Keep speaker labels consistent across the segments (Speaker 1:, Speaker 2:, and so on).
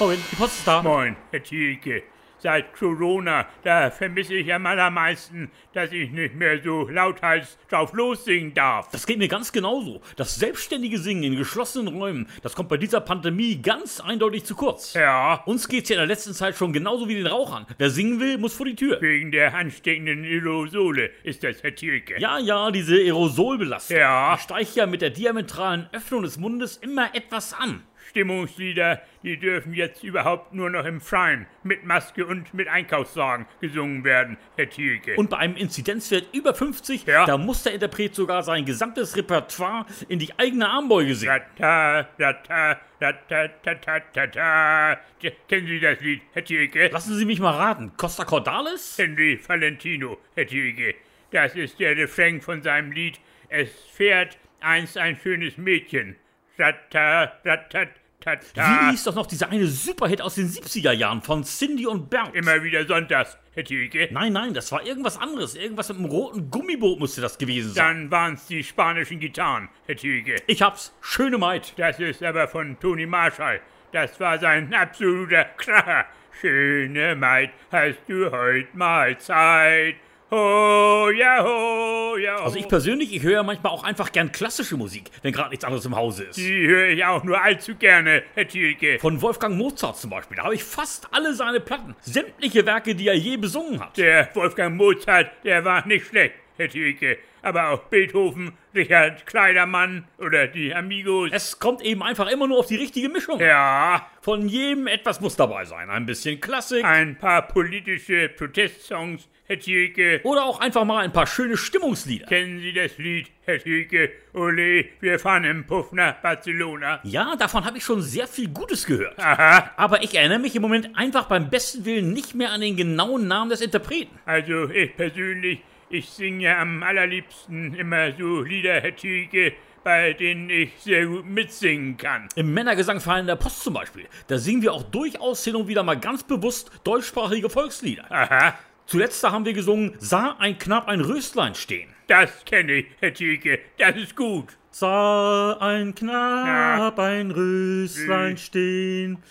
Speaker 1: Moin, die Post ist da.
Speaker 2: Moin, Herr Thielke. Seit Corona, da vermisse ich am allermeisten, dass ich nicht mehr so lauthals drauf lossingen darf.
Speaker 1: Das geht mir ganz genauso. Das selbstständige Singen in geschlossenen Räumen, das kommt bei dieser Pandemie ganz eindeutig zu kurz.
Speaker 2: Ja,
Speaker 1: Uns geht's ja in der letzten Zeit schon genauso wie den Rauchern. Wer singen will, muss vor die Tür.
Speaker 2: wegen der ansteckenden Aerosole ist das, Herr Thielke.
Speaker 1: Ja, ja, diese Aerosolbelastung.
Speaker 2: Ja.
Speaker 1: Die steigt ja mit der diametralen Öffnung des Mundes immer etwas an.
Speaker 2: Stimmungslieder, die dürfen jetzt überhaupt nur noch im Freien, mit Maske und mit Einkaufswagen gesungen werden, Herr Thielke.
Speaker 1: Und bei einem Inzidenzwert über 50,
Speaker 2: Ja.
Speaker 1: da muss der Interpret sogar sein gesamtes Repertoire in die eigene Armbeuge singen.
Speaker 2: Rata, rata, rata, ta, ta, ta, ta. Ja, Kennen Sie das Lied, Herr Thielke?
Speaker 1: Lassen Sie mich mal raten. Costa Cordalis?
Speaker 2: Henry Valentino, Herr Thielke. Das ist der Refrain von seinem Lied Es fährt einst ein schönes Mädchen. Rata, rata, ta,
Speaker 1: Wie
Speaker 2: ta.
Speaker 1: hieß doch noch dieser eine Superhit aus den 70er Jahren von Cindy und Bernd?
Speaker 2: Immer wieder sonntags, Herr Thielke.
Speaker 1: Nein, nein, das war irgendwas anderes. Irgendwas mit einem roten Gummiboot musste das gewesen sein.
Speaker 2: Dann waren's die spanischen Gitarren, Herr Thielke.
Speaker 1: Ich hab's. Schöne Maid.
Speaker 2: Das ist aber von Toni Marschall. Das war sein absoluter Kracher. Schöne Maid, hast du heut mal Zeit? Ho, ja, ho, ja, ho.
Speaker 1: Also ich persönlich, ich höre ja manchmal auch einfach gern klassische Musik, wenn gerade nichts anderes im Hause ist.
Speaker 2: Die höre ich auch nur allzu gerne, Herr Thielke.
Speaker 1: Von Wolfgang Mozart zum Beispiel, da habe ich fast alle seine Platten, sämtliche Werke, die er je besungen hat.
Speaker 2: Der Wolfgang Mozart, der war nicht schlecht, Herr Thielke. Aber auch Beethoven, Richard Kleidermann oder die Amigos.
Speaker 1: Es kommt eben einfach immer nur auf die richtige Mischung. an.
Speaker 2: ja,
Speaker 1: Von jedem etwas muss dabei sein. Ein bisschen Klassik
Speaker 2: ein paar politische Protestsongs, Herr Thielke.
Speaker 1: oder auch einfach mal ein paar schöne Stimmungslieder.
Speaker 2: Kennen Sie das Lied, Herr Thielke? Ole, wir fahren im Puff nach Barcelona.
Speaker 1: Ja, davon habe ich schon sehr viel Gutes gehört.
Speaker 2: Aha,
Speaker 1: Aber ich erinnere mich im Moment einfach beim besten Willen nicht mehr an den genauen Namen des Interpreten.
Speaker 2: also ich persönlich, ich singe ja am allerliebsten immer so Lieder, Herr Thielke, bei denen ich sehr gut mitsingen kann.
Speaker 1: Im Männergesang fallen der Post zum Beispiel. Da singen wir auch durchaus hin und wieder mal ganz bewusst deutschsprachige Volkslieder.
Speaker 2: Aha,
Speaker 1: Zuletzt da haben wir gesungen, sah ein Knapp ein Röstlein stehen.
Speaker 2: das kenne ich, Herr Thielke, das ist gut.
Speaker 1: Sah ein Knab ein Röslein stehen,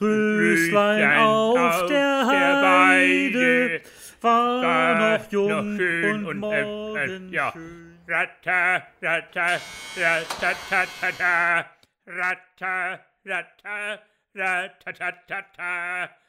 Speaker 1: Röslein
Speaker 2: Röslein
Speaker 1: auf
Speaker 2: auf
Speaker 1: der
Speaker 2: der
Speaker 1: Heide,
Speaker 2: Weide,
Speaker 1: war
Speaker 2: war
Speaker 1: noch jung
Speaker 2: noch schön
Speaker 1: und
Speaker 2: und, äh, äh,
Speaker 1: morgen
Speaker 2: ja.
Speaker 1: schön.
Speaker 2: Ratta, ratta, rattatatata, ratta, ratta, rattatatata,